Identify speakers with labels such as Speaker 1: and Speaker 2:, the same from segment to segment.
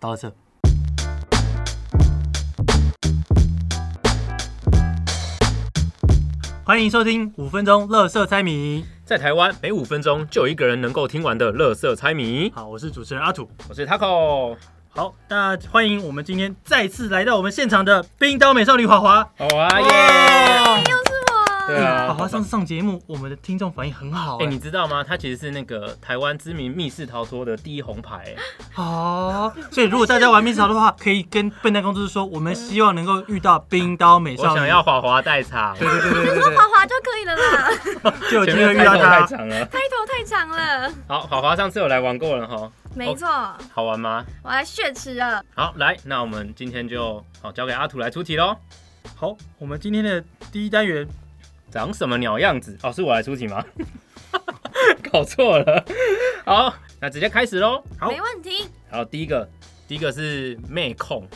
Speaker 1: 好好吃。欢迎收听五分钟乐色猜谜。
Speaker 2: 在台湾，每五分钟就有一个人能够听完的乐色猜谜。
Speaker 1: 好，我是主持人阿土。
Speaker 2: 我是 Taco。
Speaker 1: 好，那欢迎我们今天再次来到我们现场的冰岛美少女华华。
Speaker 2: 好啊
Speaker 1: 哦
Speaker 2: 耶！
Speaker 3: 又是我，
Speaker 2: 对啊，
Speaker 1: 华华哎上次上节目，我们的听众反应很好、
Speaker 2: 哎、
Speaker 1: 哎、
Speaker 2: 你知道吗？他其实是那个台湾知名密室逃脱的第一红牌、
Speaker 1: 哦， 所以如果大家玩冰岛的话，可以跟笨蛋公司说，我们希望能够遇到冰岛美
Speaker 2: 我
Speaker 1: 少女。
Speaker 2: 想要华华代场，
Speaker 1: 对对对对对
Speaker 2: 啊
Speaker 3: 滑滑就可以 了啦，
Speaker 1: 对，就有机
Speaker 2: 前
Speaker 1: 会
Speaker 2: 面
Speaker 1: 遇
Speaker 2: 开
Speaker 1: 到
Speaker 2: 头太
Speaker 1: 她。
Speaker 2: 长了。
Speaker 3: 开头太长了，
Speaker 2: 好，华华上次有来玩过了哈，
Speaker 3: 没错，
Speaker 2: 好玩吗？
Speaker 3: 我来血池了。
Speaker 2: 好，来，那我们今天就好交给阿土来出题喽。
Speaker 1: 好，我们今天的第一单元
Speaker 2: 长什么鸟样子？哦，是我来出题吗？ 搞错了。好，那直接开始喽。
Speaker 1: 好
Speaker 3: 没问题
Speaker 2: 好，第一个，第一个是妹控，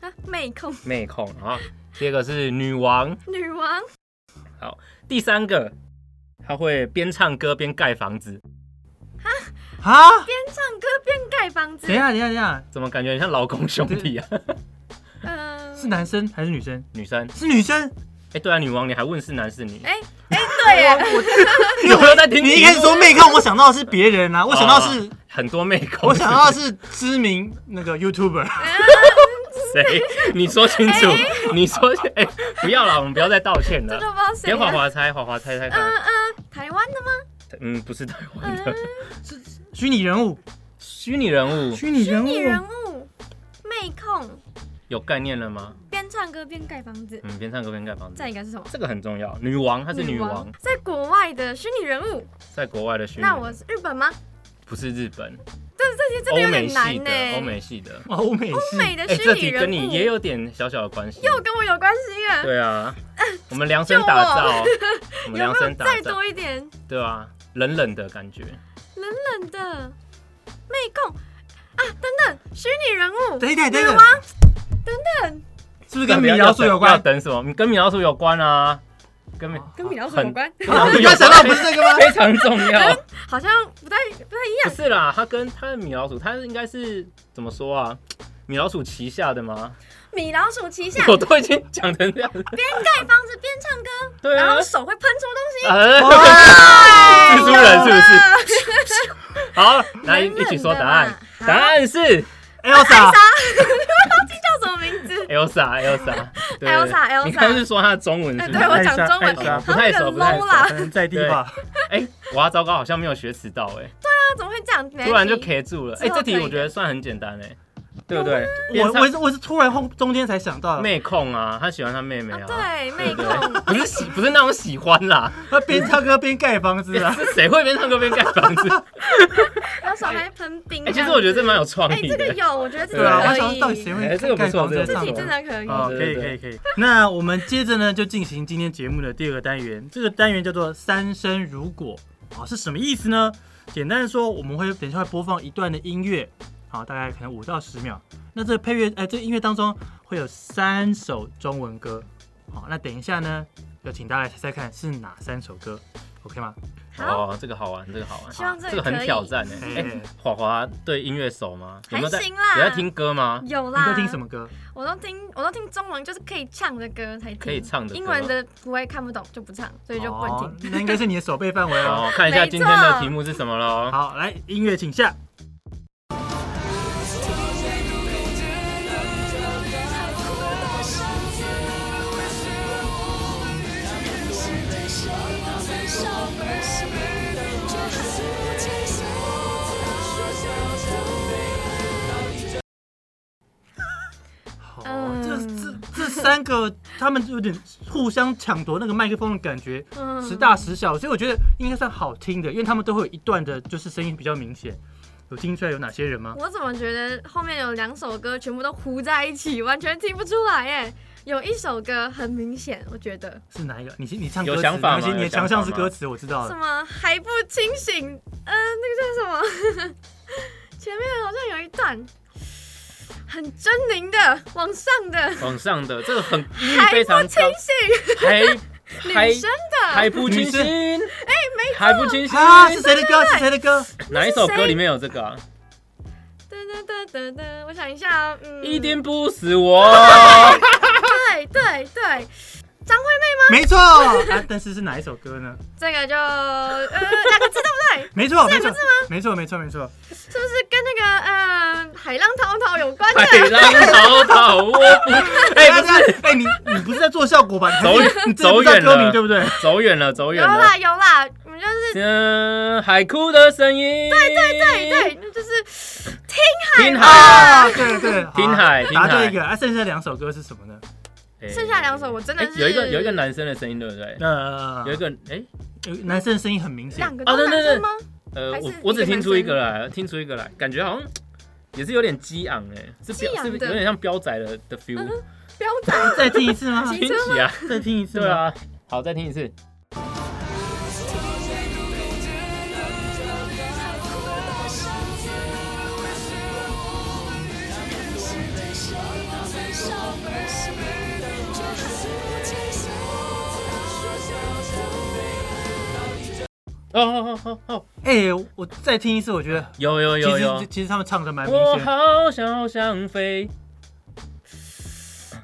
Speaker 3: 啊，妹控
Speaker 2: 妹控啊。第二个是女王，
Speaker 3: 女王
Speaker 2: 第三个她会边唱歌边盖房子，
Speaker 1: 啊，
Speaker 3: 边唱歌边盖房子
Speaker 1: 等一，下，等一下，等一下，
Speaker 2: 怎么感觉很像劳工兄弟啊？
Speaker 3: 嗯
Speaker 1: 是男生还是女生？
Speaker 2: 女生，
Speaker 1: 是女生。
Speaker 2: 哎、对啊，女王，你还问是男是女？
Speaker 3: 哎哎，对 耶，
Speaker 2: 你有没有在听？
Speaker 1: 你一开始说妹控，我想到的是别人啊，我想到是，
Speaker 2: 很多妹控，
Speaker 1: 我想到的是知名那个 YouTuber。
Speaker 2: 谁？你说清楚，你说清，哎、不要了，我们不要再道歉
Speaker 3: 这
Speaker 2: 了
Speaker 3: 都。不知道谁
Speaker 2: 别
Speaker 3: 啊。
Speaker 2: 滑滑猜，滑滑猜猜
Speaker 3: 嗯
Speaker 1: 呃
Speaker 2: 看。
Speaker 3: 嗯，台湾的吗？
Speaker 2: 嗯，不是台湾的
Speaker 3: 嗯，
Speaker 1: 虚拟人物，
Speaker 2: 虚拟人物
Speaker 1: 虚拟人
Speaker 3: 女人
Speaker 1: 物，
Speaker 3: 物，妹控
Speaker 2: 有概念了吗？
Speaker 3: 边唱歌边盖房子。
Speaker 2: 嗯，边唱歌边盖房子
Speaker 3: 再，一个是什么？
Speaker 2: 这个很重要。女王，她是女王，，嗯
Speaker 3: 在国外的虚拟人物。
Speaker 2: 在国外的虚拟，
Speaker 3: 那我是日本吗？
Speaker 2: 不是日本，
Speaker 3: 这这些真的
Speaker 2: 欧
Speaker 3: 有
Speaker 2: 美
Speaker 3: 点难
Speaker 2: 系
Speaker 3: 呢。
Speaker 2: 的，欧美系的。
Speaker 1: 哇欧美
Speaker 3: 欧
Speaker 1: 系，
Speaker 3: 美的
Speaker 2: 哎，
Speaker 3: 虚
Speaker 2: 这
Speaker 3: 拟
Speaker 2: 题
Speaker 3: 人物，
Speaker 2: 跟你也有点小小的关系。
Speaker 3: 又跟我有关系了。
Speaker 2: 对啊，我们量身打 造，我们
Speaker 3: 有
Speaker 2: 量
Speaker 3: 没
Speaker 2: 身
Speaker 3: 有
Speaker 2: 打
Speaker 3: 再
Speaker 2: 造，
Speaker 3: 多一点？
Speaker 2: 对啊，冷冷的感觉。
Speaker 3: 冷冷的妹控啊，等等，虚拟人物，
Speaker 1: 等一等，等一
Speaker 3: 女
Speaker 1: 等，
Speaker 3: 王，等等，
Speaker 1: 是不是跟米
Speaker 2: 要
Speaker 1: 老鼠有
Speaker 2: 要
Speaker 1: 关？
Speaker 2: 等什么？跟米老鼠有关啊，跟米
Speaker 3: 跟米老鼠
Speaker 2: 很
Speaker 3: 有关，
Speaker 2: 跟米老鼠
Speaker 1: 你
Speaker 2: 有
Speaker 1: 刚
Speaker 2: 关
Speaker 1: 想到不是这个吗？
Speaker 2: 非常重要。
Speaker 3: 好像不太不太一
Speaker 2: 不
Speaker 3: 样。
Speaker 2: 是啦，它跟它的米老鼠，它应该是怎么说啊？米老鼠旗下的吗？
Speaker 3: 米老鼠旗下
Speaker 2: 我都已经讲成这样子，
Speaker 3: 边盖房子边唱歌，
Speaker 2: 对
Speaker 3: 然
Speaker 2: 啊
Speaker 3: 后，手会喷出东 西。
Speaker 2: 哎，蜘蛛人是不是？
Speaker 3: 是？
Speaker 2: 好，来
Speaker 3: 冷冷
Speaker 2: 一起说答
Speaker 3: 的
Speaker 2: 案
Speaker 3: 嘛，好
Speaker 2: 答案是
Speaker 1: 哎 Elsa，
Speaker 3: 叫什么 名字？
Speaker 2: Elsa，Elsa，对
Speaker 3: Elsa，Elsa
Speaker 2: 你刚刚是说它的中文
Speaker 3: 哎，
Speaker 2: 是不
Speaker 3: 对
Speaker 2: 是？
Speaker 3: 我讲中
Speaker 1: 艾
Speaker 3: 文，
Speaker 1: 莎艾莎
Speaker 3: 好像
Speaker 2: 不太熟
Speaker 3: 有
Speaker 2: 不
Speaker 3: 点
Speaker 2: 太熟
Speaker 3: low 啦。
Speaker 1: 可能嗯在地吧。
Speaker 2: 哎，哇，糟糕，好像没有学迟到哎。
Speaker 3: 他怎么会这样？
Speaker 2: 突然就
Speaker 3: 可以。
Speaker 2: K 住了。
Speaker 3: 之
Speaker 2: 哎、
Speaker 3: 后
Speaker 2: 这题
Speaker 3: 可以
Speaker 2: 我觉得算很简单哎、对不
Speaker 3: 嗯
Speaker 2: 对？
Speaker 1: 我
Speaker 2: 边
Speaker 1: 我
Speaker 2: 唱
Speaker 1: 是我是突然后中间才想到的，
Speaker 2: 妹控啊，他喜欢他妹妹啊，
Speaker 3: 哦对，妹
Speaker 2: 对不
Speaker 3: 控，
Speaker 2: 对？不是喜，不是那种喜欢 啦，
Speaker 1: 他边唱歌边盖房子 啊。
Speaker 2: 是谁会边唱歌边盖房子？
Speaker 3: 然后手还喷冰。
Speaker 2: 哎、其实我觉得这蛮有创
Speaker 3: 哎，
Speaker 2: 意
Speaker 3: 这
Speaker 2: 的。
Speaker 3: 个有，我觉得这
Speaker 1: 对啊，我想
Speaker 3: 个可
Speaker 1: 说
Speaker 3: 以。
Speaker 1: 到底谁
Speaker 2: 哎这个
Speaker 1: 会
Speaker 2: 不
Speaker 1: 盖
Speaker 2: 错
Speaker 1: 房子
Speaker 2: 这
Speaker 1: 在
Speaker 2: 个
Speaker 3: 这
Speaker 1: 唱
Speaker 2: 不
Speaker 3: 题
Speaker 2: 错
Speaker 1: 歌
Speaker 3: 真的可以。
Speaker 1: 哦，可
Speaker 2: 对
Speaker 1: 以可
Speaker 2: 对
Speaker 1: 以可以。那我们接着呢，就进行今天节目的第二个单元。这个单元叫做“三生如果”啊、是什么意思呢？简单的说，我们会等一下会播放一段的音乐，好、大概可能五到十秒。那这个配乐，哎、这个音乐当中会有三首中文歌。好、那等一下呢，要请大家来猜猜看是哪三首歌，OK 吗？
Speaker 3: 好，
Speaker 2: 哦，这个好玩，这个好玩，
Speaker 3: 希望这
Speaker 2: 这个
Speaker 3: 个
Speaker 2: 很
Speaker 3: 可以
Speaker 2: 挑战哎、
Speaker 1: 嗯
Speaker 2: 哎、华华对音乐熟吗？有没有在
Speaker 3: 还行啦
Speaker 2: 有在听歌吗？
Speaker 3: 有
Speaker 1: 你
Speaker 3: 啦。
Speaker 1: 都听什么歌？
Speaker 3: 我都听，我都听中文，就是可以唱的歌才听，
Speaker 2: 可以唱的歌
Speaker 3: 英文的不会看不懂就不唱，所以就不会
Speaker 1: 哦
Speaker 3: 听。，
Speaker 1: 那应该是你的手背范围哦。
Speaker 2: 哦，看一下
Speaker 3: 没错
Speaker 2: 今天的题目是什么喽。
Speaker 1: 好，来音乐请下。好，
Speaker 3: 嗯
Speaker 1: 这这这三 个他们有点互相抢夺那个麦克风的感觉，
Speaker 3: 嗯
Speaker 1: 时大时小，所以我觉得应该算好听的，因为他们都会有一段的，就是声音比较明显。有听出来有哪些人吗？
Speaker 3: 我怎么觉得后面有两首歌全部都糊在一起，完全听不出来耶？有一首歌很明显，我觉得
Speaker 1: 是哪一个？你你唱歌
Speaker 2: 有
Speaker 1: 词，
Speaker 2: 想法吗
Speaker 1: 没关系你的
Speaker 2: 有
Speaker 1: 强
Speaker 2: 想
Speaker 1: 项
Speaker 2: 法
Speaker 1: 是
Speaker 2: 吗
Speaker 1: 歌词，我知
Speaker 2: 啊
Speaker 1: 道
Speaker 3: 什
Speaker 1: 了。
Speaker 3: 么还不清醒，呃，那个叫什么？ 前面好像有一段很狰狞的往上的，
Speaker 2: 往上的这个很音域
Speaker 3: 还
Speaker 2: 非常
Speaker 3: 不
Speaker 2: 高
Speaker 3: 清，醒，
Speaker 2: 还还
Speaker 3: 女生的
Speaker 2: 还不清
Speaker 1: 女
Speaker 2: 新，
Speaker 1: 生
Speaker 2: 哎、还不清新
Speaker 1: 啊 啊，是谁的歌？是谁的歌？
Speaker 2: 哪一首
Speaker 3: 是谁
Speaker 2: 歌里面有这个啊？
Speaker 3: 噔噔噔噔噔，我想一下哦，嗯，
Speaker 2: 一定不死 我。
Speaker 3: 对对对，
Speaker 1: 没错啊，但是是哪一首歌呢？
Speaker 3: 这个就呃两个字对不对？
Speaker 1: 没错，没错，没错，没错，没错。
Speaker 3: 是不是跟那个呃海浪滔滔有关
Speaker 2: 海
Speaker 3: 的？
Speaker 2: 浪滔滔，我 不，哎、
Speaker 1: 哎
Speaker 2: 不是，，
Speaker 1: 哎，你你不是在做效果吧？你
Speaker 2: 走
Speaker 1: 你真的不知道
Speaker 2: 走远了
Speaker 1: 歌名对不 对？
Speaker 2: 走远了，走远
Speaker 3: 有
Speaker 2: 了
Speaker 3: 啦。有啦，我们就是
Speaker 2: 嗯，海哭的声音。对对对
Speaker 3: 对，，那嗯就是
Speaker 2: 听海，
Speaker 1: 啊，对 对，好
Speaker 2: 听海，听
Speaker 1: 答对一
Speaker 2: 海。
Speaker 1: 个，啊，剩下两首歌是什么呢？
Speaker 2: 哎
Speaker 3: 剩下两首我真的
Speaker 2: 哎
Speaker 3: 是
Speaker 2: 有一个有一个男生的声音，对不对？
Speaker 1: 呃，
Speaker 2: 有一个哎，
Speaker 1: 有男生的声音很明显
Speaker 3: 两，个
Speaker 2: 哦
Speaker 3: 都
Speaker 2: 对
Speaker 3: 男
Speaker 2: 对对
Speaker 3: 生吗？
Speaker 2: 呃，
Speaker 3: 还是
Speaker 2: 我
Speaker 3: 一个
Speaker 2: 我只听出一个来，听出一个来，感觉好像也是有点激昂哎，是
Speaker 3: 激
Speaker 2: 标
Speaker 3: 昂
Speaker 2: 是不
Speaker 3: 的嗯
Speaker 2: 是有点像彪仔的的 feel，
Speaker 3: 不要打，
Speaker 1: 再听一次 吗？
Speaker 2: 听起来，
Speaker 1: 再听一次吗
Speaker 2: 对，啊，好，再听一次。哦哦哦哦哦，
Speaker 1: 哎，我再听一次，我觉得
Speaker 2: 有有
Speaker 1: 其
Speaker 2: 啊有有
Speaker 1: 实，其实他们唱的蛮明
Speaker 2: 我
Speaker 1: 显的。
Speaker 2: 好想好想飞。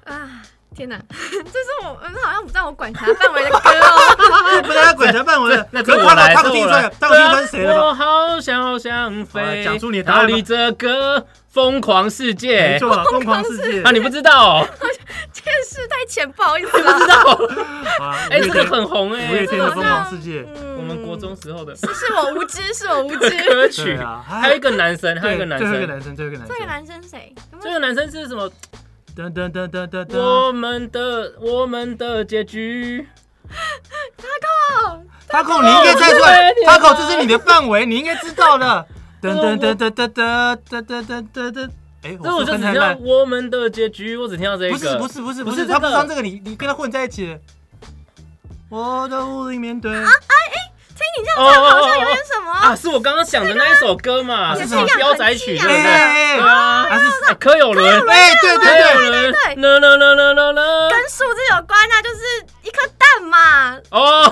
Speaker 3: 啊！天哪， 这是我嗯好像不在我管辖范围的歌 哦。
Speaker 1: 不是他滚成半文了，
Speaker 2: 那
Speaker 1: 可
Speaker 2: 这
Speaker 1: 是
Speaker 2: 我来，
Speaker 1: 他
Speaker 2: 这
Speaker 1: 们听
Speaker 2: 我
Speaker 1: 出
Speaker 2: 来啊
Speaker 1: 来，。他们听出来是谁了吧？
Speaker 2: 我好想好想
Speaker 1: 好了
Speaker 2: 飞。
Speaker 1: 讲出你的答
Speaker 2: 逃
Speaker 1: 案吧
Speaker 2: 离这个疯狂世界。
Speaker 1: 没错了，疯狂世界
Speaker 2: 啊，。你不知道、哦？
Speaker 3: 这个是太浅，不好意思啊。
Speaker 1: 啊
Speaker 2: 哎、
Speaker 1: 五
Speaker 2: 这
Speaker 1: 月
Speaker 2: 个
Speaker 1: 天，
Speaker 2: 很红哎、
Speaker 1: 五月天的疯狂世界，
Speaker 3: 嗯
Speaker 2: 我们国中时候的
Speaker 3: 是是我无知，是我无 知。
Speaker 2: 歌
Speaker 1: 对
Speaker 2: 曲。
Speaker 1: 啊，
Speaker 2: 还有一个男生，还有一个
Speaker 1: 对
Speaker 2: 男
Speaker 1: 最后一个
Speaker 2: 生，
Speaker 1: 男生，最后一个男
Speaker 3: 这个
Speaker 1: 生，
Speaker 3: 男生谁？有没
Speaker 2: 这
Speaker 3: 有
Speaker 2: 个男生是什么？
Speaker 1: 噔噔噔噔噔噔，
Speaker 2: 我们的我们的结局。
Speaker 3: 哦，
Speaker 1: 他口你应该猜出来
Speaker 2: 我的，天
Speaker 1: 他
Speaker 2: 啊
Speaker 1: 口这是你的范围，你应该知道的。噔噔噔噔噔噔噔噔噔噔噔，哎，
Speaker 2: 这
Speaker 1: 说
Speaker 2: 我就
Speaker 1: 分
Speaker 2: 只
Speaker 1: 太
Speaker 2: 听到
Speaker 1: 慢。
Speaker 2: 我们的结局，我只听到这一个。
Speaker 1: 不是不，是不是
Speaker 2: 不
Speaker 1: 不
Speaker 2: 是
Speaker 1: 是，
Speaker 2: 这个
Speaker 1: 他不唱这个，你你跟他混在一起了。我的无力面对，
Speaker 3: 听你这样唱好像有点什
Speaker 2: 啊，
Speaker 3: 么。
Speaker 2: 是我刚刚想的那一首歌嘛，
Speaker 1: 那个啊
Speaker 2: 是
Speaker 1: 是什么
Speaker 2: 标仔曲，对不对？
Speaker 1: 哎哎哎
Speaker 2: 对啊，
Speaker 1: 还是
Speaker 2: 哎柯有伦，
Speaker 1: 哎，对对对，
Speaker 2: 伦
Speaker 3: 对对
Speaker 2: ，no no no no no no，
Speaker 3: 跟数字有关啊，就是一颗蛋嘛。
Speaker 2: 哦，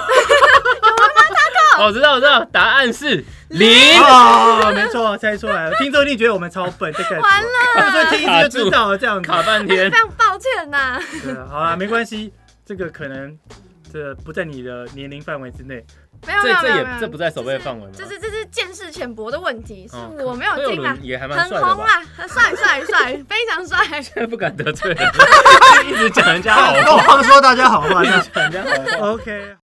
Speaker 2: 我知道我知道，答案是 零。
Speaker 1: 哦，没错，猜出来了。听众一定觉得我们超笨，在
Speaker 2: 哎
Speaker 1: 干什么？
Speaker 3: 完 了
Speaker 1: 所以听一次就知道了，这样子。
Speaker 2: 卡半天
Speaker 3: 非，常抱歉啊 呐、
Speaker 1: 对，好啦，没关系，这个可能这不在你的年龄范围之内。
Speaker 3: 没有没
Speaker 2: 这
Speaker 3: 有
Speaker 2: 这
Speaker 3: 没有
Speaker 2: 也
Speaker 3: 没有，
Speaker 2: 这不在手背范围吗
Speaker 3: 就是这是见识浅薄的问题，是
Speaker 2: 哦
Speaker 3: 我没有
Speaker 2: 柯有
Speaker 3: 听啊
Speaker 2: 伦，也还蛮
Speaker 3: 很
Speaker 2: 帅的
Speaker 3: 红
Speaker 2: 吧？
Speaker 3: 啊，很帅帅帅，非常 帅。
Speaker 2: 不敢得罪人，一直讲人家好话，
Speaker 1: 我 忘说大家好话，这 样
Speaker 2: 讲人家好话。
Speaker 1: OK。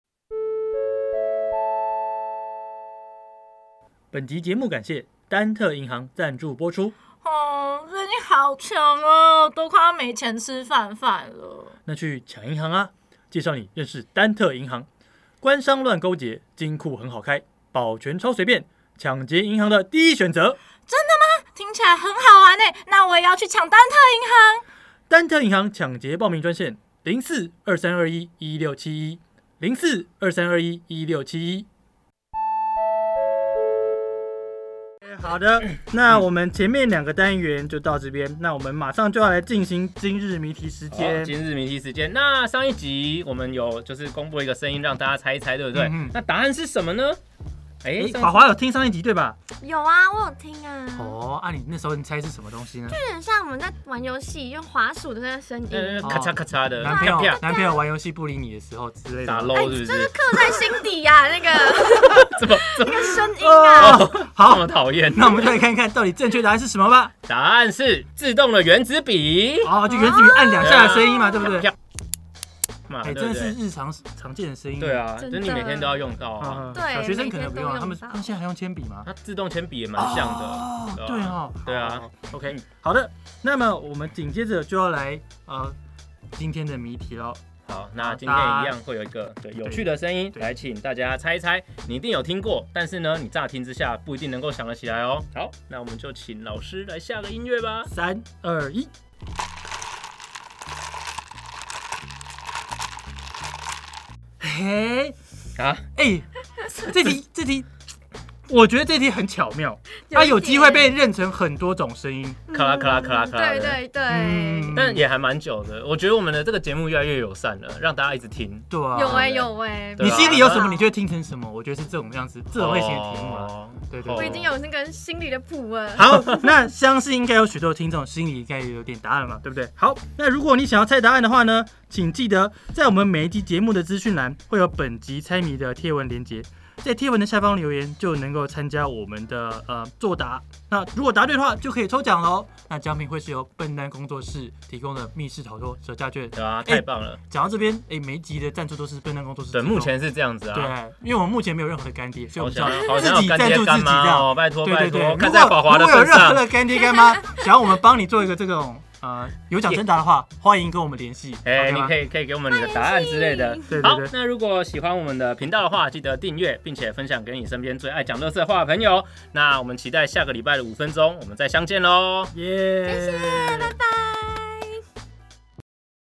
Speaker 1: 本集节目感谢丹特银行赞助播出。
Speaker 4: 哦，最近好穷哦，都快要没钱吃饭饭了。
Speaker 1: 那去抢银行啊！介绍你认识丹特银行，官商乱勾结，金库很好开，保全超随便，抢劫银行的第一选择。
Speaker 4: 听起来很好玩呢，那我也要去抢丹特银行。
Speaker 1: 丹特银行抢劫报名专线零四二三二一一六七一零四二三二一一六七一。好的，那我们前面两个单元就到这边，那我们马上就要来进行今日谜题时
Speaker 2: 好
Speaker 1: 间。
Speaker 2: 今日谜题时间。那上一集我们有就是公布了一个声音让大家猜一猜，对不对
Speaker 1: 嗯嗯？
Speaker 2: 那答案是什么呢？哎，
Speaker 1: 诶
Speaker 2: 上
Speaker 1: 华华有听上一集对吧？
Speaker 3: 有啊，我有听啊，
Speaker 1: 哦，啊，你那时候你猜是什么东西呢？
Speaker 3: 有点像我们在玩游戏用滑鼠的那个声音，
Speaker 2: 呃
Speaker 3: 哎、
Speaker 2: 咔嚓咔嚓的，
Speaker 1: 男哎朋友
Speaker 2: 啪啪
Speaker 1: 男朋友玩游戏不理你的时候之类的。
Speaker 2: 打 low 是不
Speaker 3: 这是
Speaker 2: 是？
Speaker 3: 刻在心 底呀、那个
Speaker 2: 这么这
Speaker 3: 那
Speaker 2: 么
Speaker 3: 个声音啊。
Speaker 1: 哦，
Speaker 2: 这
Speaker 1: 好
Speaker 2: 么，讨厌？
Speaker 1: 那我们就来看看到底正确答案是什么 吧。
Speaker 2: 答案是自动的原子笔。
Speaker 1: 哦，就原子笔按两下的声音嘛，对不对？
Speaker 2: 啪嘛，
Speaker 1: 哎，
Speaker 2: 呃对
Speaker 1: 真
Speaker 2: 不
Speaker 1: 的是
Speaker 2: 对？
Speaker 1: 日常常见的声音。
Speaker 2: 对啊，就是
Speaker 3: 真的
Speaker 2: 你每天都要用到啊。
Speaker 1: 啊，
Speaker 3: 对
Speaker 1: 小学生可能不用啊，
Speaker 3: 每天都用
Speaker 1: 他们
Speaker 3: 到
Speaker 1: 他们现在还用铅笔吗？
Speaker 2: 它自动铅笔也蛮像
Speaker 1: 哦
Speaker 2: 的，
Speaker 1: 对
Speaker 2: 吧
Speaker 1: 哦，
Speaker 2: 对啊
Speaker 1: 好。OK，好的，那么我们紧接着就要来呃今天的谜题了。
Speaker 2: 好，那今天一样会有一个对有趣的声音
Speaker 1: 对
Speaker 2: 来，请大家猜一猜，你一定有听过，但是呢，你乍听之下不一定能够想得起来哦。好，那我们就请老师来下个音乐吧。
Speaker 1: 三二一，嘿，
Speaker 2: 啊，
Speaker 1: 啊 哎，这题这题我觉得这题很巧妙，啊
Speaker 3: 一
Speaker 1: 它有机会被
Speaker 3: 点
Speaker 1: 认成很多种声音。
Speaker 2: 咔啦咔啦咔啦咔啦
Speaker 3: 对
Speaker 2: 的
Speaker 3: 对
Speaker 1: 嗯
Speaker 3: 对，
Speaker 2: 但也还蛮久的。我觉得我们的这个节目越来越友善了，让大家一直听。
Speaker 1: 对啊，
Speaker 3: 有哎有哎，
Speaker 2: 对
Speaker 1: 你
Speaker 2: 啊
Speaker 1: 心里有什么，你就会听成什么。我觉得是这种样子，这种类型的题目啊。
Speaker 2: 哦
Speaker 1: 对对对
Speaker 3: 我已经有那个心里的谱了。
Speaker 1: 好， 那相信应该有许多听众心里应该也有点答案了嘛，对不对？好，那如果你想要猜答案的话呢，请记得在我们每一集节目的资讯栏会有本集猜谜的贴文连接，在贴文的下方留言就能够参加我们的呃作答。那如果答对的话，就可以抽奖喽。那奖品会是由笨蛋工作室提供的密室逃脱折价券。
Speaker 2: 对啊，太棒了。
Speaker 1: 讲到这边，哎，每一集的赞助都哎是笨蛋工作室提
Speaker 2: 对，
Speaker 1: 供。
Speaker 2: 目前是这样子
Speaker 1: 对
Speaker 2: 啊。，
Speaker 1: 因为我们目前没有任何的干爹，所以我
Speaker 2: 好
Speaker 1: 们只好
Speaker 2: 想好想
Speaker 1: 自己
Speaker 2: 要干
Speaker 1: 赞
Speaker 2: 爹
Speaker 1: 助自
Speaker 2: 干
Speaker 1: 己这
Speaker 2: 妈
Speaker 1: 样。
Speaker 2: 哦，拜托
Speaker 1: 对
Speaker 2: 拜
Speaker 1: 对对，
Speaker 2: 托，看
Speaker 1: 如
Speaker 2: 在
Speaker 1: 果
Speaker 2: 华华的
Speaker 1: 如果有
Speaker 2: 份
Speaker 1: 任何
Speaker 2: 上。
Speaker 1: 的干爹干妈 想要我们帮你做一个这种呃有奖征答的话，欢迎跟我们联系。
Speaker 2: 哎，
Speaker 1: OK
Speaker 2: 你
Speaker 1: 吗
Speaker 2: 可以可以给我们你的答案之类的。
Speaker 1: 对
Speaker 2: 好
Speaker 1: 对，对，
Speaker 2: 那如果喜欢我们的频道的话，记得订阅，并且分享给你身边最爱讲乐色话的朋友。那我们期待下个礼拜的五分钟，我们再相见喽。
Speaker 1: 耶！
Speaker 3: 谢谢，拜拜。